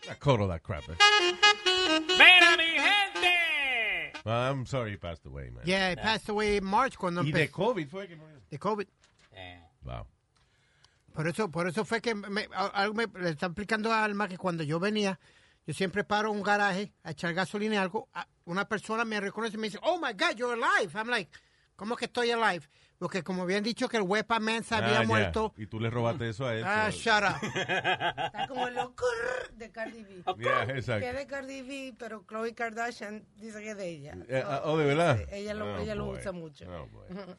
I caught all that crap. eh. ¡Ven a mi gente! I'm sorry he passed away, man. Yeah, he passed away in March cuando Y de empezó. COVID fue que murió. De COVID. Eh. Wow. Por eso, por eso fue que me, a- algo me- le está explicando a Alma que cuando yo venía, yo siempre paro en un garaje a echar gasolina y algo. a- una persona me reconoce y me dice, Oh my God, you're alive. I'm like, ¿Cómo que estoy alive? Porque como habían dicho que el Wepa Man se había Ah, ya. muerto. Y tú le robaste eso a él. pues. Ah, so- shut up. Está como el loco de Cardi B. Yeah, Que es exacto. de Cardi B, pero Chloe Kardashian dice que es de ella. Eh, ah, oh, de verdad. Ella lo- Oh, ella lo boy. usa mucho. Oh, boy.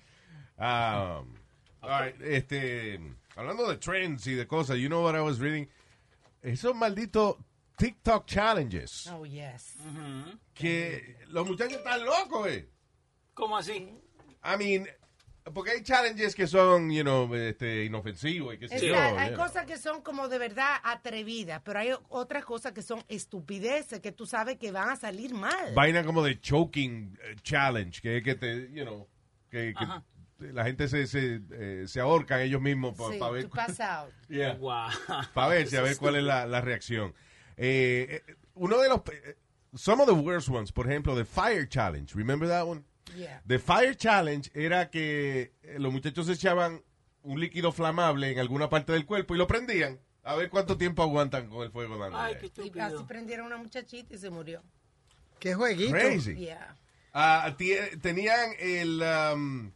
Ah, um, all right, este, hablando de trends y de cosas, you know what I was reading? Esos malditos TikTok challenges. Oh, yes. Mm-hmm. Que los muchachos están locos, eh. ¿Cómo así? I mean, porque hay challenges que son, you know, este, inofensivos y qué sé Exacto. yo. hay yeah. cosas que son como de verdad atrevidas, pero hay otras cosas que son estupideces que tú sabes que van a salir mal. Vaina como de choking eh, challenge, que es que te, you know, que, que la gente se, se, eh, se ahorca ellos mismos para Sí, pues, ver, to pass out. Yeah. Wow. Pa' ver si a ver cuál es la, la reacción. Eh, eh, uno de los, eh, some of the worst ones, por ejemplo, the fire challenge. Remember that one? Yeah. The fire challenge era que eh, los muchachos se echaban un líquido flamable en alguna parte del cuerpo y lo prendían a ver cuánto tiempo aguantan con el fuego dando. Ay, qué Y así estúpido. prendieron a una muchachita y se murió. Qué jueguito. Crazy. Yeah. Ah, ti- tenían el. um,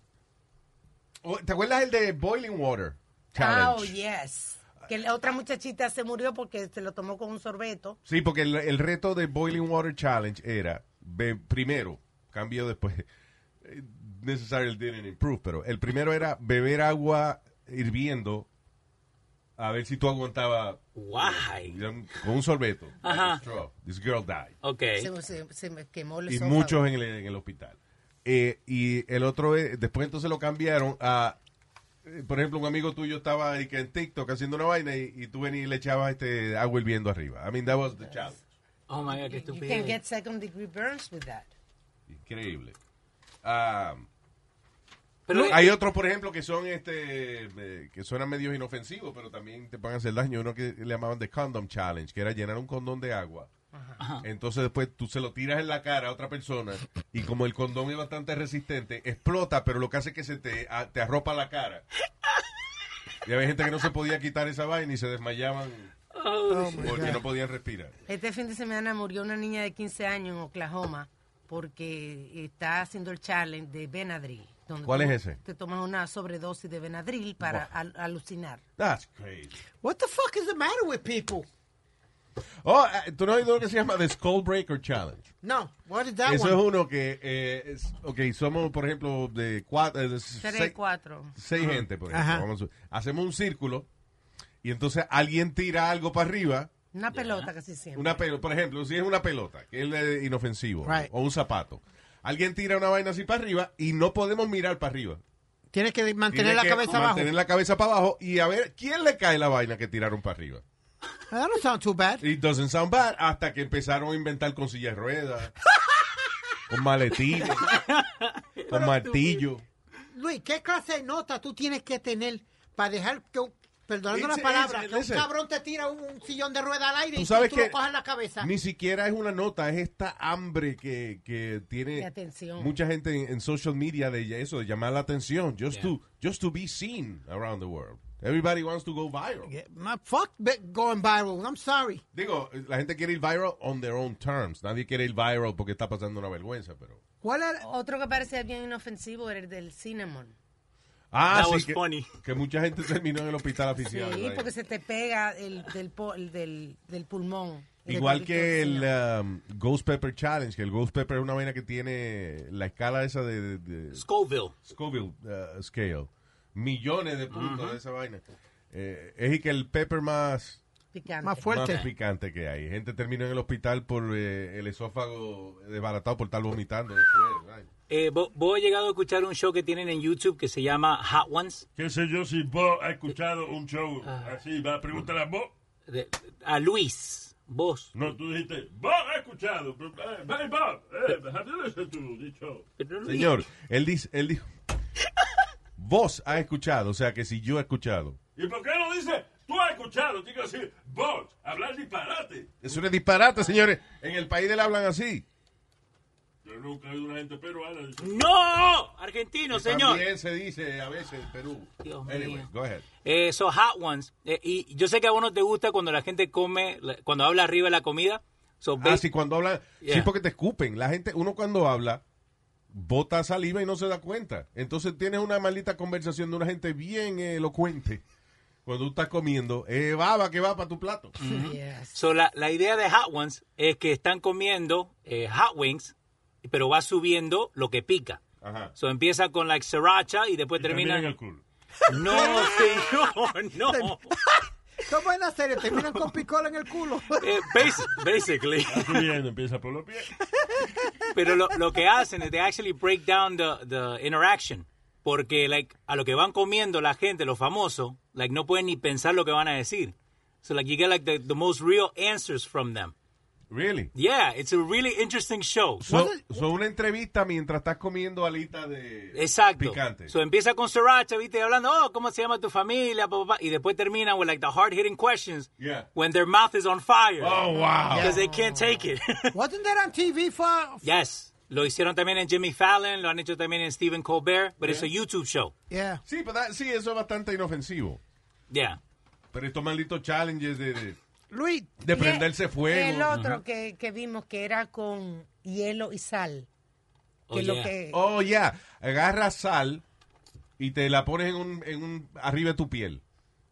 oh, ¿Te acuerdas el de Boiling Water Challenge? Oh, yes. Que la otra muchachita se murió porque se lo tomó con un sorbeto. Sí, porque el, el reto de Boiling Water Challenge era, be- primero, cambio después, eh, necessarily didn't improve, pero el primero era beber agua hirviendo a ver si tú aguantabas Why? con un sorbeto. Ajá. Straw. This girl died. Ok. Se, se- se me quemó el Y esófago. muchos en el, en el hospital. Eh, y el otro, eh, después entonces lo cambiaron a, eh, por ejemplo, un amigo tuyo estaba ahí que en TikTok haciendo una vaina y, y tú venías y le echabas este agua hirviendo arriba. I mean, that was the challenge. Oh my God, qué You can estúpido. get second degree burns with that. Increíble. Ah, Pero, hay otros, por ejemplo, que son este eh, que suenan medios inofensivos, pero también te pueden hacer daño. Uno que le llamaban The Condom Challenge, que era llenar un condón de agua. Entonces después tú se lo tiras en la cara a otra persona y como el condón es bastante resistente, explota, pero lo que hace es que se te, a- te arropa la cara. Y había gente que no se podía quitar esa vaina y se desmayaban Oh, my porque God. no podían respirar. Este fin de semana murió una niña de 15 años en Oklahoma porque está haciendo el challenge de Benadryl. donde ¿Cuál tú es ese? Te tomas una sobredosis de Benadryl para al- alucinar. That's crazy. What the fuck is the matter with people? Oh, eh, ¿tú no has oído lo que se llama The Skull Breaker Challenge? No, what is that Eso one? es uno que, eh, es- ok, somos, por ejemplo, de cuatro, eh, de Tres, seis- cuatro. seis gente, por ejemplo. Ajá. Vamos a- hacemos un círculo y entonces alguien tira algo para arriba, Una pelota casi siempre. una pelota, por ejemplo, si es una pelota, que es eh, inofensivo, Right. o un zapato. Alguien tira una vaina así para arriba y no podemos mirar para arriba. Tienes que mantener Tiene la que cabeza abajo. Mantener la cabeza para abajo y a ver quién le cae la vaina que tiraron para arriba. That don't sound too bad. It doesn't sound bad hasta que empezaron a inventar con sillas de ruedas, con maletines, con martillo. Luis, ¿qué clase de nota tú tienes que tener para dejar que, un- perdonando It's- la palabra, it's- que un listen. cabrón te tira un, un sillón de rueda al aire Tú y sabes tú que lo cojas en la cabeza? ni siquiera es una nota, es esta hambre que, que tiene De atención. mucha gente en, en social media de eso, de llamar la atención, just, to, just to be seen around the world. Everybody wants to go viral. Yeah, my fuck be- going viral. I'm sorry. Digo, la gente quiere ir viral on their own terms. Nadie quiere ir viral porque está pasando una vergüenza, pero... ¿Cuál era? Otro que parecía bien inofensivo era el del cinnamon. Ah, That sí, was que, funny. que mucha gente terminó en el hospital Sí, aficionado. ahí. porque se te pega el del, po- el del, del pulmón. el Igual polvito de que el cinnamon. um, Ghost Pepper Challenge, que el Ghost Pepper es una vaina que tiene la escala esa de- de- de Scoville. Scoville uh, Scale. Millones de puntos de esa vaina. Eh, es y que el pepper más, Picante. Más fuerte. uh, más picante que hay. Gente terminó en el hospital por eh, el esófago desbaratado por estar vomitando. después, ay. Eh, vo- vos he llegado a escuchar un show que tienen en YouTube que se llama Hot Ones. ¿Qué sé yo si vos has escuchado un show Ah. así? Va a preguntar a vos. de- a Luis. Vos. No, tú dijiste, vos has escuchado. pero, Eh, hey, Bob, eh, have you listened to this show? Señor, él dice, él dijo, vos has escuchado, o sea que si yo he escuchado. ¿Y por qué no dice, tú has escuchado? Tiene que decir, vos, hablar disparate. Eso es disparate, señores. En el país de él hablan así. Yo nunca he oído una gente peruana decir, ¡No! Argentino, señor. También se dice a veces en Perú. Dios anyway, mío. go ahead. Eh, so hot ones. Eh, y yo sé que a vos no te gusta cuando la gente come, la- cuando habla arriba de la comida. So, Ah, bas- sí, cuando hablan. Yeah. Sí, porque te escupen. La gente, uno cuando habla, bota saliva y no se da cuenta. Entonces tienes una maldita conversación de una gente bien elocuente cuando tú estás comiendo. Eh, baba que va para tu plato. Mm. Yes. So, la, la idea de Hot Ones es que están comiendo eh, Hot Wings, pero va subiendo lo que pica. Ajá. So, empieza con la like, sriracha y después Y termina... en el culo. No, señor, no. ¿Cómo es la serie? Terminan con picola en el culo. Eh, basi- basically. Está subiendo, empieza por los pies. Pero lo, lo que hacen es they actually break down the, the interaction. Porque like, a lo que van comiendo la gente, los famosos, like, no pueden ni pensar lo que van a decir. So like, you get like, the, the most real answers from them. Really? Yeah, it's a really interesting show. So, so una entrevista mientras estás comiendo alita de Exacto. picante. So empieza con Sriracha, viste, hablando, oh, ¿cómo se llama tu familia? Pa, pa, pa. Y después termina with like the hard-hitting questions Yeah. when their mouth is on fire. oh, wow. Because they can't take it. Wasn't that on TV for... yes. Lo hicieron también en Jimmy Fallon, lo han hecho también en Stephen Colbert, but it's a YouTube show. Yeah. Sí, pero that- sí, eso es bastante inofensivo. Yeah. Pero estos malditos challenges de, de, Luis, de prenderse fuego. El otro que, que vimos que era con hielo y sal. Oh, que lo yeah. que- Oh, ya. Agarra sal y te la pones en un, en un arriba de tu piel.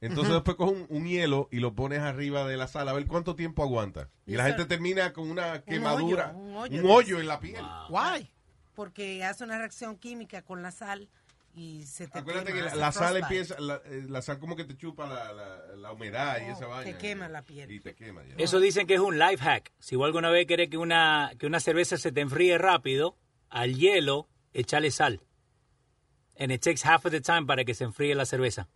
Entonces después coges un, un hielo y lo pones arriba de la sal a ver cuánto tiempo aguanta. Y, la Eso- gente termina con una quemadura, hoyo, un hoyo, un hoyo. en la piel. why? porque hace una reacción química con la sal y se te Acuérdate quema, que la, hace la sal frostbite. empieza, la, eh, la sal como que te chupa la, la- la humedad y Oh, esa te vaina. eh, quema la piel. Y te quema. ya. Eso dicen que es un life hack. Si vos alguna vez querés que una, que una cerveza se te enfríe rápido, al hielo, echale sal. And it takes half of the time para que se enfríe la cerveza.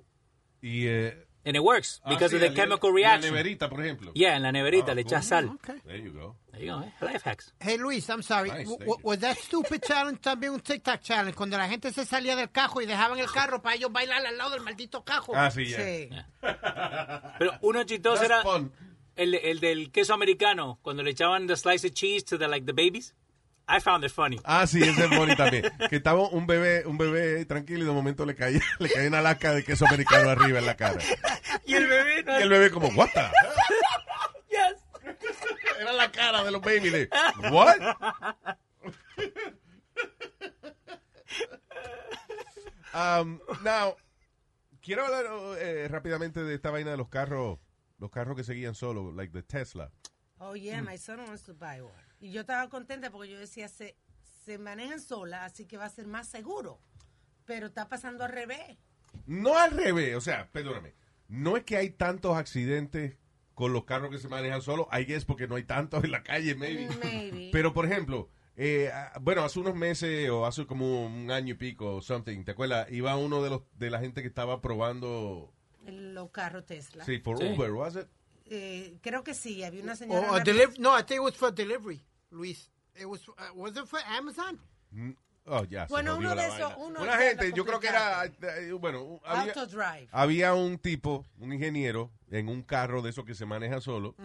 Y, eh, And it works ah, because sí, of the al- chemical En reaction. la neverita, por ejemplo. yeah, en la neverita Ah, le echas cool. sal. Okay. There you go. There you go, eh? Life hacks. Hey Luis, I'm sorry. Nice, W- thank w- you. was that stupid challenge también un TikTok challenge? Cuando la gente se salía del cajo y dejaban el carro para ellos bailar al lado del maldito cajo. Ah, sí, ya. Sí. Pero uno chistoso Ah, That's era fun. el, el del queso americano, cuando le echaban the slice of cheese to the, like, the babies. I found it funny. Ah, sí, ese es Bonnie también. Que estaba un bebé, un bebé tranquilo y de momento le caía, le caía una laca de queso americano arriba en la cara. Y el bebé no... Y el bebé como, what the? Yes. Era la cara de los babies de, what? Um, now, quiero hablar eh, rápidamente de esta vaina de los carros, los carros que seguían solo, like the Tesla. Oh yeah, my son wants to buy one. Y yo estaba contenta porque yo decía, se, se manejan sola, así que va a ser más seguro. Pero está pasando al revés. No al revés, o sea, perdóname. No es que hay tantos accidentes con los carros que se manejan solos. I guess porque no hay tantos en la calle, maybe. Mm, Maybe. Pero, por ejemplo, eh, ah, bueno, hace unos meses o hace como un año y pico o something, ¿te acuerdas? Iba uno de los de la gente que estaba probando, Los carros Tesla. sí, Oh, por Sí. Uber, was it? Eh, creo que sí, había una Or, señora. or Oh, deliv- no, I think it was for delivery, Luis. It was, uh, was it for Amazon? Oh, ya, se Bueno, jodió uno la de esos- vaina. uno Una de gente, los yo creo que era, eh, bueno, había, Auto Drive. Había un tipo, un ingeniero, en un carro de esos que se maneja solo,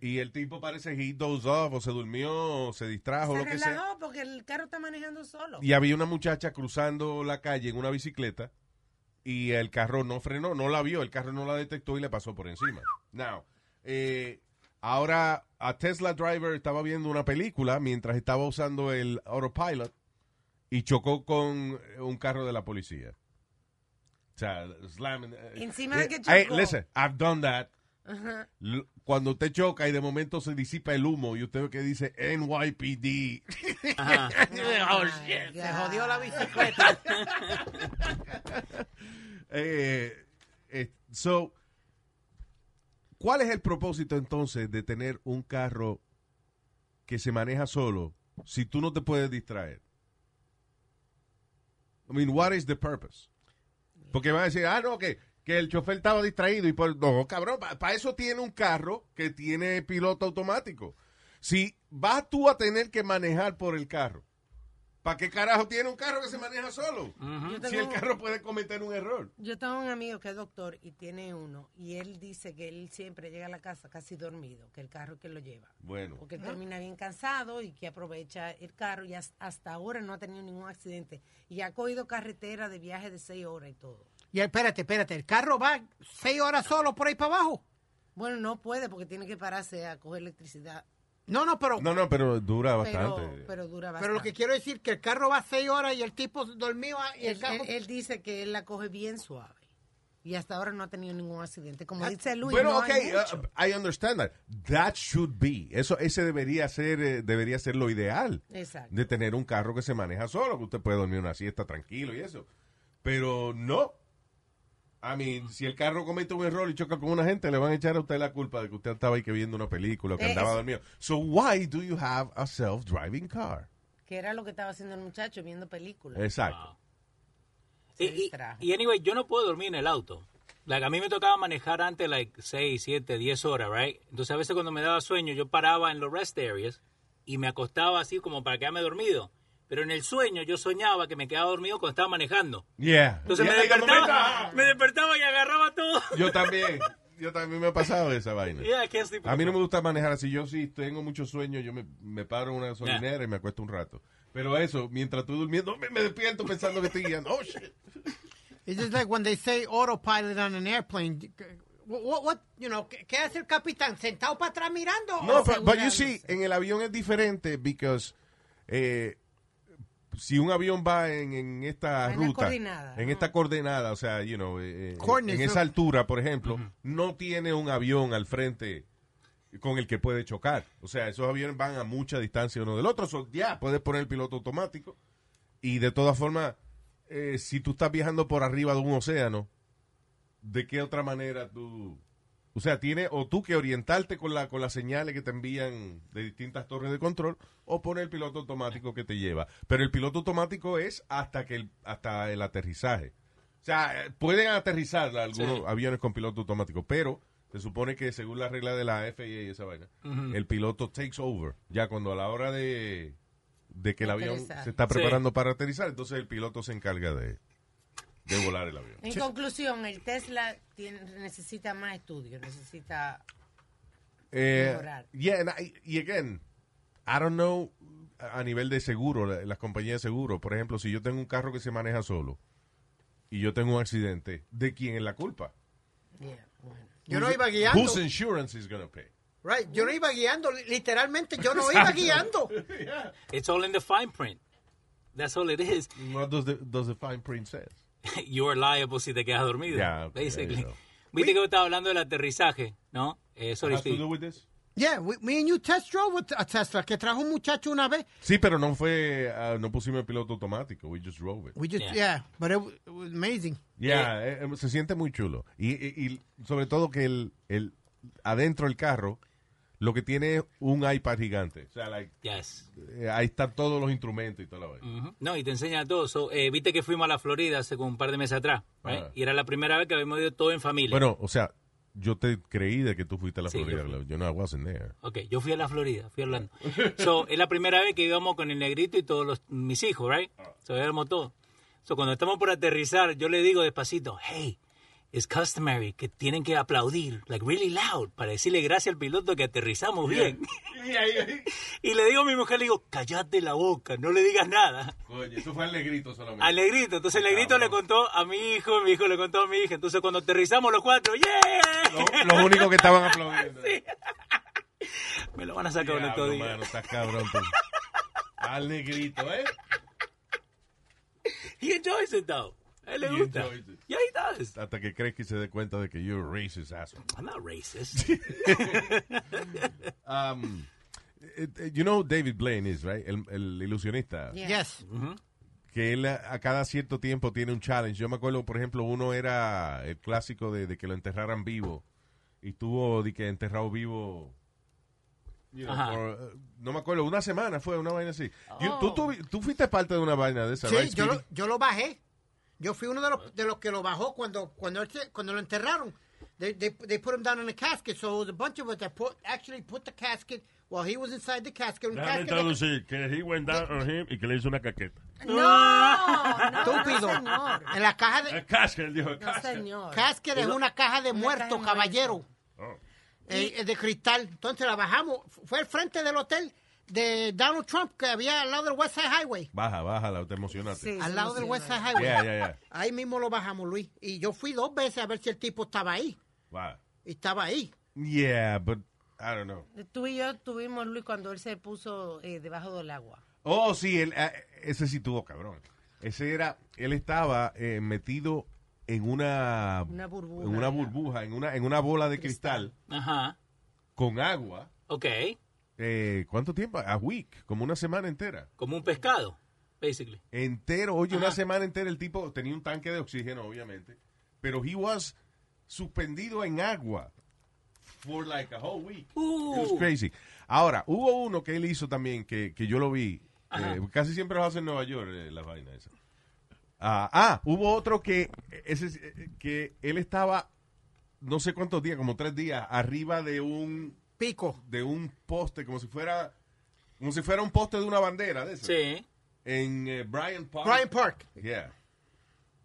y el tipo parece he dozed off, o se durmió, o se distrajo, Se lo que sea. relajó porque el carro está manejando solo. Y había una muchacha cruzando la calle en una bicicleta, y el carro no frenó, no la vio, el carro no la detectó y le pasó por encima. Now, eh, ahora a Tesla Driver estaba viendo una película mientras estaba usando el autopilot y chocó con eh, un carro de la policía. O sea, slamming. eh, Encima de eh, que hey, chocó. listen, I've done that. L- Cuando usted choca y de momento se disipa el humo y usted ve que dice NYPD. Oh, shit. Se jodió la bicicleta. Eh, eh, so, ¿cuál es el propósito entonces de tener un carro que se maneja solo si tú no te puedes distraer? I mean, what is the purpose? Porque van a decir, ah, no, que, que el chofer estaba distraído y por... No, cabrón, para eso tiene un carro que tiene piloto automático. Si vas tú a tener que manejar por el carro, ¿para qué carajo tiene un carro que se maneja solo? Yo Si tengo- el carro puede cometer un error. Yo tengo un amigo que es doctor y tiene uno y él dice que él siempre llega a la casa casi dormido, que el carro es que lo lleva. Bueno. Porque él termina bien cansado y que aprovecha el carro y has- hasta ahora no ha tenido ningún accidente y ha cogido carretera de viaje de seis horas y todo. y espérate, espérate. El carro va seis horas solo por ahí para abajo. Bueno, no puede porque tiene que pararse a coger electricidad No, no, pero, No, no, pero dura Pero, bastante. pero dura bastante. pero lo que quiero decir que el carro va seis horas y el tipo dormido y el él, carro... él- él dice que él la coge bien suave. Y hasta ahora no ha tenido ningún accidente. Como Ah, dice Luis, Pero, no ok, hay mucho. uh, I understand that. That should be. Eso, ese debería ser, eh, debería ser lo ideal. Exacto. De tener un carro que se maneja solo, que usted puede dormir una siesta tranquilo y eso. Pero no. A mí, si el carro comete un error y choca con una gente, le van a echar a usted la culpa de que usted estaba ahí que viendo una película, que Eh, andaba eso. dormido. So, why do you have a self-driving car? Que era lo que estaba haciendo el muchacho, viendo películas. Exacto. Se Y- y, distrajo. y anyway, yo no puedo dormir en el auto. Like, a mí me tocaba manejar antes, like, 6, 7, 10 horas, right? Entonces, a veces cuando me daba sueño, yo paraba en los rest areas y me acostaba así como para quedarme dormido. Pero en el sueño, yo soñaba que me quedaba dormido cuando estaba manejando. Yeah. Entonces, Yeah, me de momento, despertaba, ah, me despertaba y agarraba todo. Yo también. Yo también me he pasado esa vaina. Yeah, I can't sleep. A mí no me gusta manejar así. Yo sí tengo mucho sueño, yo me, me paro en una gasolinera y me acuesto un rato. Pero eso, mientras estoy durmiendo, me, me despierto pensando que estoy guiando. Oh, shit. It's just like when they say autopilot on an airplane. What, what, what, you know, ¿qué qué hace el capitán? ¿Sentado para atrás mirando? No, o pero but you asegurándose? see, en el avión es diferente because eh, si un avión va en, en esta En la ruta, coordenada. en esta coordenada, o sea, you know, eh, eh, Coordinates, en esa ¿no? altura, por ejemplo, no tiene un avión al frente con el que puede chocar. O sea, esos aviones van a mucha distancia uno del otro. So, ya, puedes poner el piloto automático. Y de todas formas, eh, si tú estás viajando por arriba de un océano, ¿de qué otra manera tú... O sea, tiene o tú que orientarte con, la, con las señales que te envían de distintas torres de control o poner el piloto automático que te lleva. Pero el piloto automático es hasta, que el, hasta el aterrizaje. O sea, eh, pueden aterrizar algunos Sí. aviones con piloto automático, pero se supone que según la regla de la FAA y esa vaina, el piloto takes over. Ya cuando a la hora de, de que el avión Aterrizar. se está Sí. preparando para aterrizar, entonces el piloto se encarga de, de volar el avión. En conclusión, el Tesla tiene- necesita más estudio, necesita... Eh, Mejorar. yeah, and I- y again, I don't know a a nivel de seguro, la- las compañías de seguro. Por ejemplo, si yo tengo un carro que se maneja solo y yo tengo un accidente, ¿de quién es la culpa? Yeah, bueno. Yo no Whose- iba guiando. Whose insurance is gonna pay? Right, yo no iba guiando, li- literalmente yo no iba guiando. It's all in the fine print. That's all it is. What does the, does the fine print say? you are liable si te quedas dormido. Yeah, okay, basically. there you go. Viste que estaba hablando del aterrizaje, ¿no? Eh, sorry, Has to Steve. do with this? Yeah, we, me and you test drove with a Tesla que trajo un muchacho una vez. Sí, pero no fue, ah, no pusimos el piloto automático. We just drove it. We just, Yeah. yeah, but it, w- it was amazing. Yeah, eh, eh, se siente muy chulo. Y, y- y sobre todo que el, el adentro del carro lo que tiene es un iPad gigante. O sea, like, Yes. eh, ahí están todos los instrumentos y toda la vaina. Ujú. No, y te enseña todo. So, eh, Viste que fuimos a la Florida hace como un par de meses atrás. right? Ah. Y era la primera vez que habíamos ido todo en familia. Bueno, o sea, yo te creí de que tú fuiste a la Sí, Florida. yo Yo, no, I wasn't there. Ok, yo fui a la Florida, fui a Orlando. So, es la primera vez que íbamos con el negrito y todos los, mis hijos, right? So, éramos todos. So, cuando estamos por aterrizar, yo le digo despacito, hey, it's customary que tienen que aplaudir, like really loud, para decirle gracias al piloto que aterrizamos bien. y le digo a mi mujer, le digo, cállate la boca, no le digas nada. Oye, eso fue al negrito solamente. Al negrito, entonces el negrito le contó a mi hijo, mi hijo le contó a mi hija. Entonces cuando aterrizamos los cuatro, ¡yeah! Los únicos que estaban aplaudiendo. Me lo van a sacar en estos Diablo, días. mano, estás cabrón. tú. Al negrito, ¿eh? He enjoys it though. A él le He gusta. enjoys it. Yeah, he does. Hasta que crees que se dé cuenta de que you're a racist asshole. I'm not racist. Um, eh, eh, you know who David Blaine is, right? El, el ilusionista. Yeah. Yes. Que él a, a cada cierto tiempo tiene un challenge. Yo me acuerdo, por ejemplo, uno era el clásico de, de que lo enterraran vivo. Y estuvo de que enterrado vivo. you know, Ajá. por, eh, no me acuerdo, una semana fue, una vaina así. You- Oh. tú, tuvi- tú fuiste parte de una vaina de esa, Sí, right, yo lo, Speedy? yo lo bajé. Yo fui uno de los, de los que lo bajó cuando, cuando, él se- cuando lo enterraron. They, they, they put him down in a casket, so it was a bunch of us that put, actually put the casket while he was inside the casket. Un Déjame casket traducir que he went down on him y que le hizo una caqueta. No, no, estúpido. no, Ah, señor. En la caja de, A Eh, casket, dijo. a No, casket. señor. Casket es una caja de caja muertos, de caballero. muertos. Eh, eh, de cristal. Entonces la bajamos. F- Fue al frente del hotel de Donald Trump que había al lado del West Side Highway. Baja, baja, te emocionaste. Sí, Al lado del sí, West sí, Side no. Highway. Yeah, yeah, yeah. Ahí mismo lo bajamos, Luis. Y yo fui dos veces a ver si el tipo estaba ahí. Baja. Y estaba ahí. Yeah, but I don't know. Tú y yo tuvimos, Luis, cuando él se puso eh, debajo del agua. Oh, sí, él, eh, ese sí tuvo cabrón. Ese era, él estaba eh, metido en una, Una burbuja. en una burbuja, en una, en una bola de cristal, Ajá. con agua. Ok. eh, ¿Cuánto tiempo? A week, como una semana entera. Como un pescado, basically. Entero, oye, una semana entera el tipo tenía un tanque de oxígeno, obviamente, pero he was suspendido en agua for like a whole week. It was crazy. Ahora, hubo uno que él hizo también, que, que yo lo vi. eh, casi siempre lo hace en Nueva York, eh, la vaina esa. Ah, ah, hubo otro que, ese, es, eh, que él estaba no sé cuántos días, como tres días, arriba de un, Pico. de un poste, como si fuera, como si fuera un poste de una bandera de esas. Sí. En eh, Bryant Park. Brian Park. Yeah.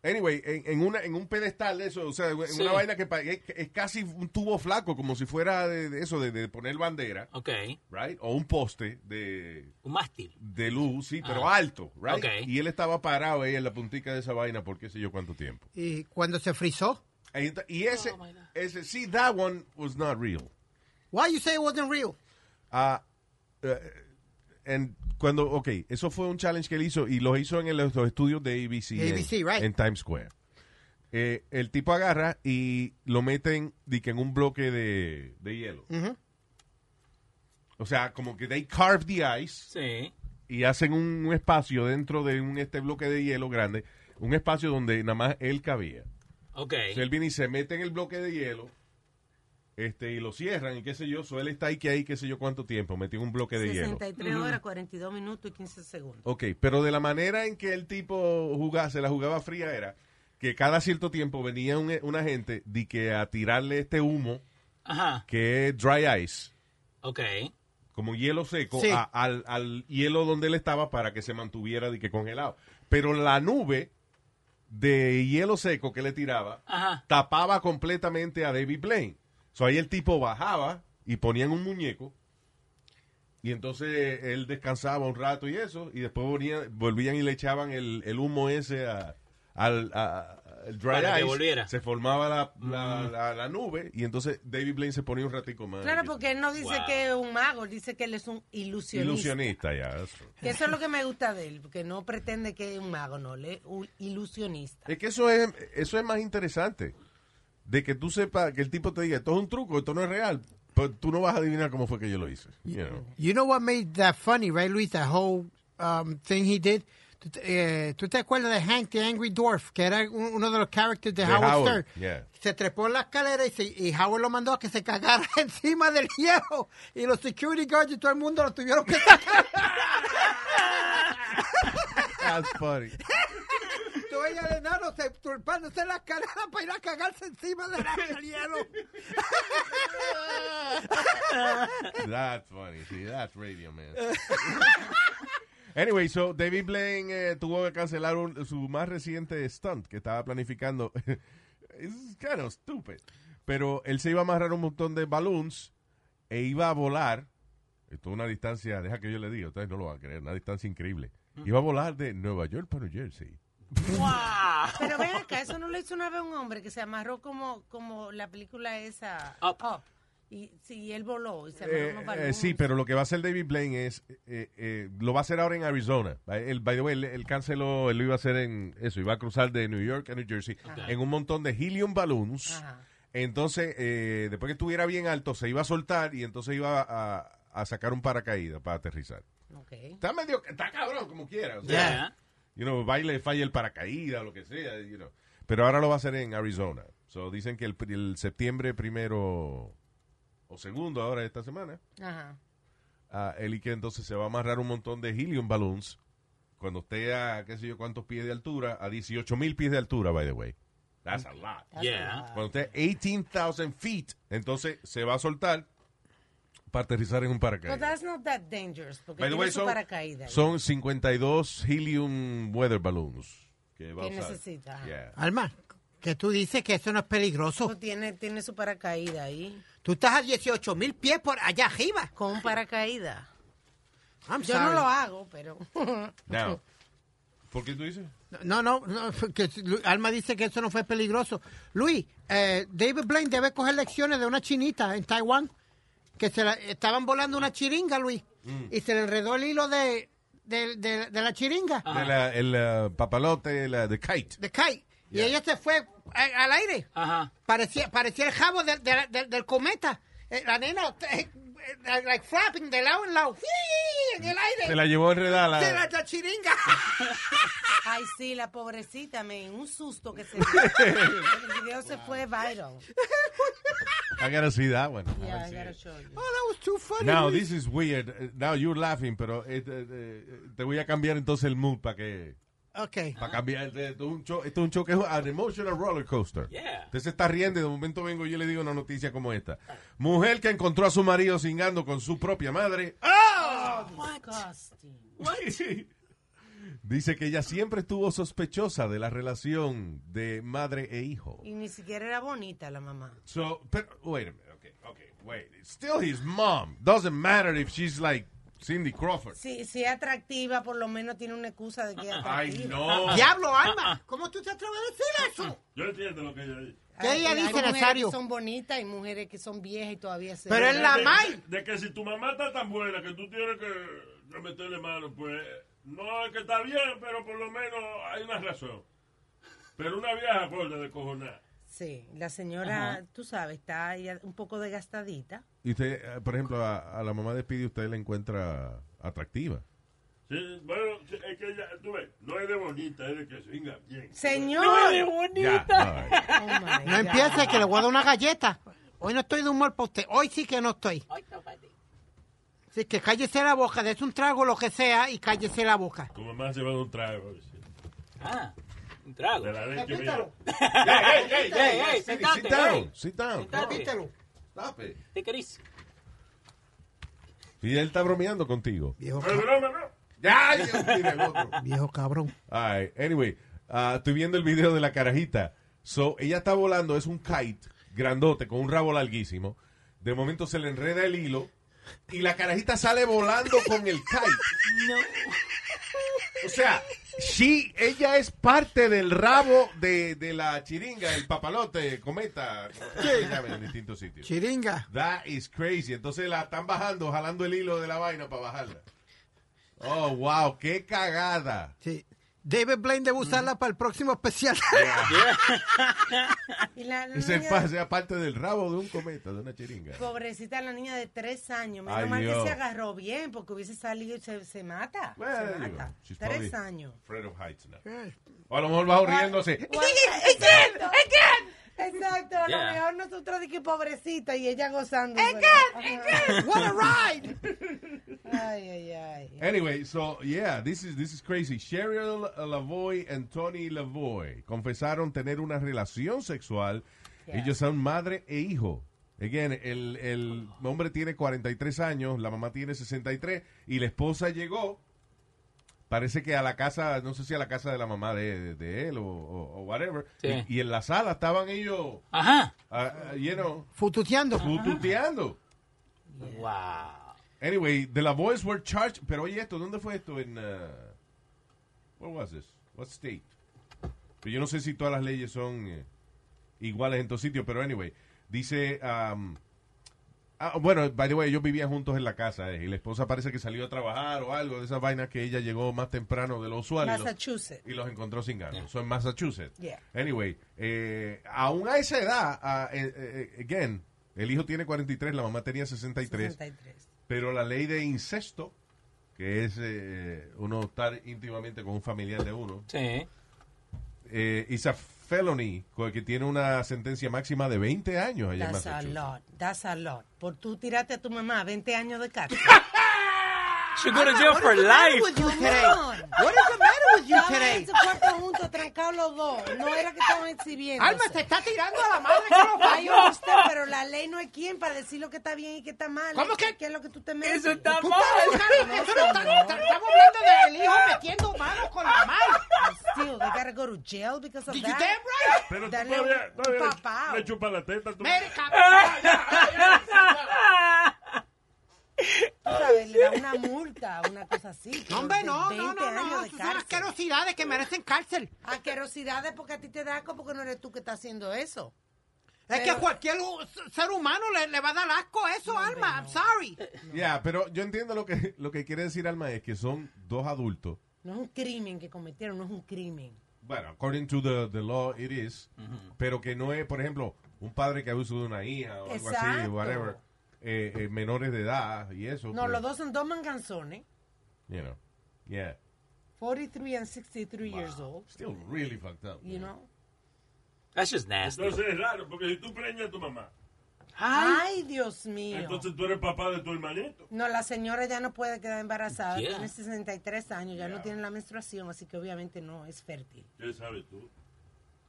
Anyway, en, en una, en un pedestal de eso, o sea, en Sí. una vaina que pa- es, es casi un tubo flaco, como si fuera de, de eso, de, de poner bandera, Ok. right? O un poste de, Un mástil. de luz, sí, pero Ah. alto, right? Ok. Y él estaba parado ahí en la puntica de esa vaina por qué sé yo cuánto tiempo. Y cuando se frizó. Ahí está- Y ese, ese, sí, that one was not real. Why you say it wasn't real? Ah, eh, en- cuando, ok, eso fue un challenge que él hizo y lo hizo en el- los estudios de ABC, en- ABC, en, right. Times Square. Eh, el tipo agarra y lo meten di que en un bloque de, de hielo. O sea, como que they carve the ice Sí. y hacen un, un espacio dentro de un, este bloque de hielo grande, un espacio donde nada más él cabía. Ok. O sea, él viene y se mete en el bloque de hielo este, y lo cierran y qué sé yo. So, él está ahí que ahí qué sé yo cuánto tiempo, metió en un bloque de hielo. 63 horas, 42 minutos y 15 segundos. Ok, pero de la manera en que el tipo jugaba, se la jugaba fría era que cada cierto tiempo venía un, una gente di que a tirarle este humo Ajá. que es dry ice, Ok. como hielo seco, Sí. a- al, al hielo donde él estaba para que se mantuviera di que congelado. Pero la nube de hielo seco que le tiraba Ajá. tapaba completamente a David Blaine. So ahí el tipo bajaba y ponían un muñeco y entonces él descansaba un rato y eso y después venía- volvían y le echaban el, el humo ese a- al a- al dry Para que ice. volviera. Mm. Se formaba la, la- la- la nube y entonces David Blaine se ponía un ratico más. Claro, porque él no dice Wow. que es un mago, él dice que él es un ilusionista. Ilusionista, ya. that's right. Que eso es lo que me gusta de él, porque no pretende que es un mago, no, él es un ilusionista. Es que eso es, eso es más interesante. De que tú sepas, que el tipo te diga, esto es un truco, esto no es real. Pero tú no vas a adivinar cómo fue que yo lo hice. you know. You know what made that funny, right, Luis? That whole um, thing he did. ¿Tú te- eh, ¿tú te acuerdas de Hank the Angry Dwarf, que era un- uno de los characters de, De Howard, Howard, Stern? yeah. Se trepó en la escalera y, se- y Howard lo mandó a que se cagara encima del hielo. Y los security guards y todo el mundo lo tuvieron que sacar. That's funny. Tú ella el enano se turpándose en la escalera para ir a cagarse encima del del hielo. That's funny. See, that's radio, man. Anyway, so David Blaine eh, tuvo que cancelar un- su más reciente stunt que estaba planificando. It's kind of stupid. Pero él se iba a amarrar un montón de balloons e iba a volar. Esto es una distancia, deja que yo le diga, ustedes no lo van a creer, una distancia increíble. Iba a volar de Nueva York para New Jersey. ¡Wow! Pero ven acá, eso no lo hizo una vez un hombre que se amarró como, como la película esa. Up. Y sí, él voló y se amarró Eh, unos eh, balones. sí, pero lo que va a hacer David Blaine es, eh, eh, lo va a hacer ahora en Arizona. El, by the way, él, él canceló, él lo iba a hacer en eso, iba a cruzar de New York a New Jersey en un montón de helium balloons. Ajá. Entonces, eh, después que estuviera bien alto, se iba a soltar y entonces iba a, a sacar un paracaídas para aterrizar. Ok. Está medio, está cabrón como quiera. o sea, Yeah. you know, baile, falla el paracaídas, lo que sea, you know. Pero ahora lo va a hacer en Arizona. So, dicen que el, pri- el septiembre primero o segundo ahora de esta semana, Ajá. ah, él y que entonces se va a amarrar un montón de helium balloons cuando esté a, qué sé yo, cuántos pies de altura, a 18 mil pies de altura, by the way. That's a lot. Yeah. Cuando esté 18,000 feet, entonces se va a soltar para aterrizar en un But paracaídas. that's not that dangerous, porque By the tiene way, su paracaídas. son 52 helium weather balloons. Que va a Que usar. necesita, ajá. Yeah. Alma, que tú dices que eso no es peligroso. Pues tiene, tiene su paracaídas ahí, Tú estás a 18 mil pies por allá arriba. con un paracaídas. I'm Yo no sorry. lo hago, pero... Now, ¿Por qué tú dices? No, no, no, que Lu- Alma dice que eso no fue peligroso. Luis, eh, David Blaine debe coger lecciones de una chinita en Taiwán que se la, estaban volando una chiringa, Luis, y se le enredó el hilo de, de, de- de la chiringa, Ah. De la- el eh, papalote, la, de kite. de Kai, y ella se fue a- al aire. Ajá. Parecía, parecía el jabo del- del- del- del cometa. Eh, la nena, eh, eh, like flapping de lado en lado, ¡fii! en el aire. Se la llevó enredada. la- De la, la chiringa. Ay, sí, la pobrecita, me un susto que se dio. El video se fue viral. I gotta see that one. Yeah, I gotta show you. Oh, that was too funny. Now, Luis. this is weird. Uh, Now you're laughing, pero eh, eh, eh, te voy a cambiar entonces el mood para que... Ah. Okay. Para cambiar, eh, esto es, un cho- esto es un choque, es an emotional roller coaster. Yeah. Usted se está riendo y de momento vengo y yo le digo una noticia como esta. Mujer que encontró a su marido cingando con su propia madre. Ah. Disgusting. Dice que ella siempre estuvo sospechosa de la relación de madre e hijo. Y ni siquiera era bonita la mamá. So, pero, wait a minute, okay, okay, wait. It's still his mom. Doesn't matter if she's like Cindy Crawford. Si, si es atractiva, por lo menos tiene una excusa de que es I atractiva. know. Diablo, Ah, Alma, ¿cómo tú te atreves a decir eso? Yo entiendo lo que ella dice. ¿Qué ella Hay- hay dice, mujeres Nazario? que son bonitas y mujeres que son viejas y todavía se... Pero es la De- May. De que si tu mamá está tan buena que tú tienes que meterle mano, pues no es que está bien, pero por lo menos hay una razón. Pero una vieja gorda de cojonar. Sí, la señora, tú sabes, está ya un poco desgastadita. Y usted, eh, por ejemplo, a, a la mamá de Speedy usted la encuentra atractiva. Sí, bueno, sí, es que ella, tú ves, no es de bonita, es de que singa bien. ¡Señor! Ya. all right. Oh, my No God. empieces, que le voy a dar una galleta. Hoy no estoy de humor para usted. Hoy sí que no estoy. Así que cállese la boca, des un trago lo que sea y cállese la boca. Tu mamá se va a dar un trago. sí. Ah, un trago. De la leche que Repítalo. Hey, hey, hey, Sit, sentate, sit down, hey. sit down. Repítelo. Stop it. ¿Qué querís? Y él está bromeando contigo. Viejo, Pero ca- broma, no. Ya, ya, mira el otro. viejo cabrón. All right, Anyway, ah, estoy viendo el video de la carajita. So, ella está volando, es un kite grandote con un rabo larguísimo. De momento se le enreda el hilo y la carajita sale volando con el kite. O sea, sí, ella es parte del rabo de, de la chiringa, el papalote, cometa, como se llame en distintos sitios. Chiringa. That is crazy. Entonces la están bajando, jalando el hilo de la vaina para bajarla. Oh, wow, qué cagada. Sí. David Blaine debe usarla para el próximo especial. Y la, la Y se niña- pase aparte del rabo de un cometa, de una chiringa. Pobrecita la niña de tres años. Menos Ay, mal Dios. que se agarró bien, porque hubiese salido y se, se mata. Well, se you mata. know, she's Tres probably años. afraid of heights now. O a lo mejor va riéndose. Exacto. Exacto, a Yeah. lo mejor nosotros de que pobrecita y ella gozando. What a ride. Ay, ay, ay. Anyway, so yeah, this is this is crazy. Cheryl Lavoy and Tony Lavoy confesaron tener una relación sexual. Ellos son madre e hijo. Again, el, el hombre tiene 43 años, la mamá tiene 63 y la esposa llegó. Parece que a la casa, no sé si a la casa de la mamá de, de él o, o- o whatever. Sí. Y, y en la sala estaban ellos, Ajá. ah, ah, you know, Fututeando. tuteando. Wow. Anyway, the La Boys were charged. Pero oye esto, ¿dónde fue esto? En, uh, where was this? What state? Pero yo no sé si todas las leyes son eh, iguales en todos sitios, pero anyway. Dice, um, ah, bueno, by the way, ellos vivían juntos en la casa eh, y la esposa parece que salió a trabajar o algo de esas vainas que ella llegó más temprano de lo usual. y los- Massachusetts. y los encontró sin ganas. Son en Massachusetts. Yeah. Anyway, eh, aún a esa edad, ah, eh, eh, again, el hijo tiene 43, la mamá tenía 63, 63. pero la ley de incesto, que es eh, uno estar íntimamente con un familiar de uno, Sí. eh, is a felony, co- que tiene una sentencia máxima de 20 años allá en That's a Massachusetts. lot. That's a lot. Por tú tiraste a tu mamá 20 años de cárcel. She go to jail for What is life. the matter with you today? Come on. What is the matter with you Estaban today? en su cuarto juntos, trancados los dos. No era que estaban exhibiendo. Alma se está tirando a la madre que lo Ay, parió. usted, pero la ley no es quien para decir lo que está bien y que está mal. ¿Cómo que? ¿Qué es lo que tú te mereces? Eso está Tú mal. estás buscando- eso no está- Estamos hablando del hijo metiendo manos con la madre. Still, they gotta go to jail because of Did you that. damn right? Pero tú Dale todavía, un- todavía un le- papao. le, chupa la teta. Tú. Mire, cabrón. Tú sabes, le da una multa, una cosa así. No, hombre, pero no, de no, 20 no, no. años de Esas son cárcel. asquerosidades que merecen cárcel. Asquerosidades porque a ti te da asco porque no eres tú que estás haciendo eso. Es que a cualquier u- ser humano le, le va a dar asco eso, Alma. I'm sorry. Yeah, pero yo entiendo lo que, lo que quiere decir Alma es que son dos adultos. No es un crimen que cometieron, no es un crimen. Bueno, according to the, the law, it is. Pero que no es, por ejemplo, un padre que abusa de una hija o algo así, Exacto. whatever. Eh, eh, menores de edad y eso. No, pues, los dos son dos manganzones, You know. Yeah. 43 and 63 years old, Still really fucked up. you know. That's just nasty. Ah. Entonces es raro, porque si tú preñas a tu mamá, Ay, Dios mío. entonces tú eres papá de tu hermanito. No, la señora ya no puede quedar embarazada, Yeah. tiene 63 años, ya no Yeah. tiene la menstruación, así que obviamente no es fértil. ¿Qué sabes tú?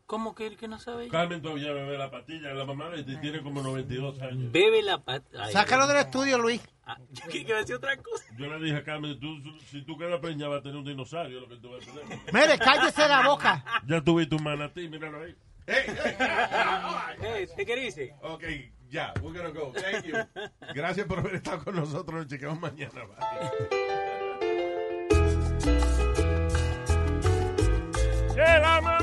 ¿Cómo que el que no sabe? Carmen todavía bebe la pastilla. La mamá de ti tiene como 92 años. Bebe la pata. Sácalo del estudio, Luis. Ah, yo creí que iba a decir otra cosa. Yo le dije a Carmen, tú, si tú quedas preñada vas a tener un dinosaurio lo que tú vas a tener. Mire, cállese la boca. Ya tuviste un manatí, míralo ahí. Hey, ¿Qué dice? Ok, ya, we're gonna go. Thank you. Gracias por haber estado con nosotros. Nos chequeamos mañana. Bye. ¡El ama! Eh, este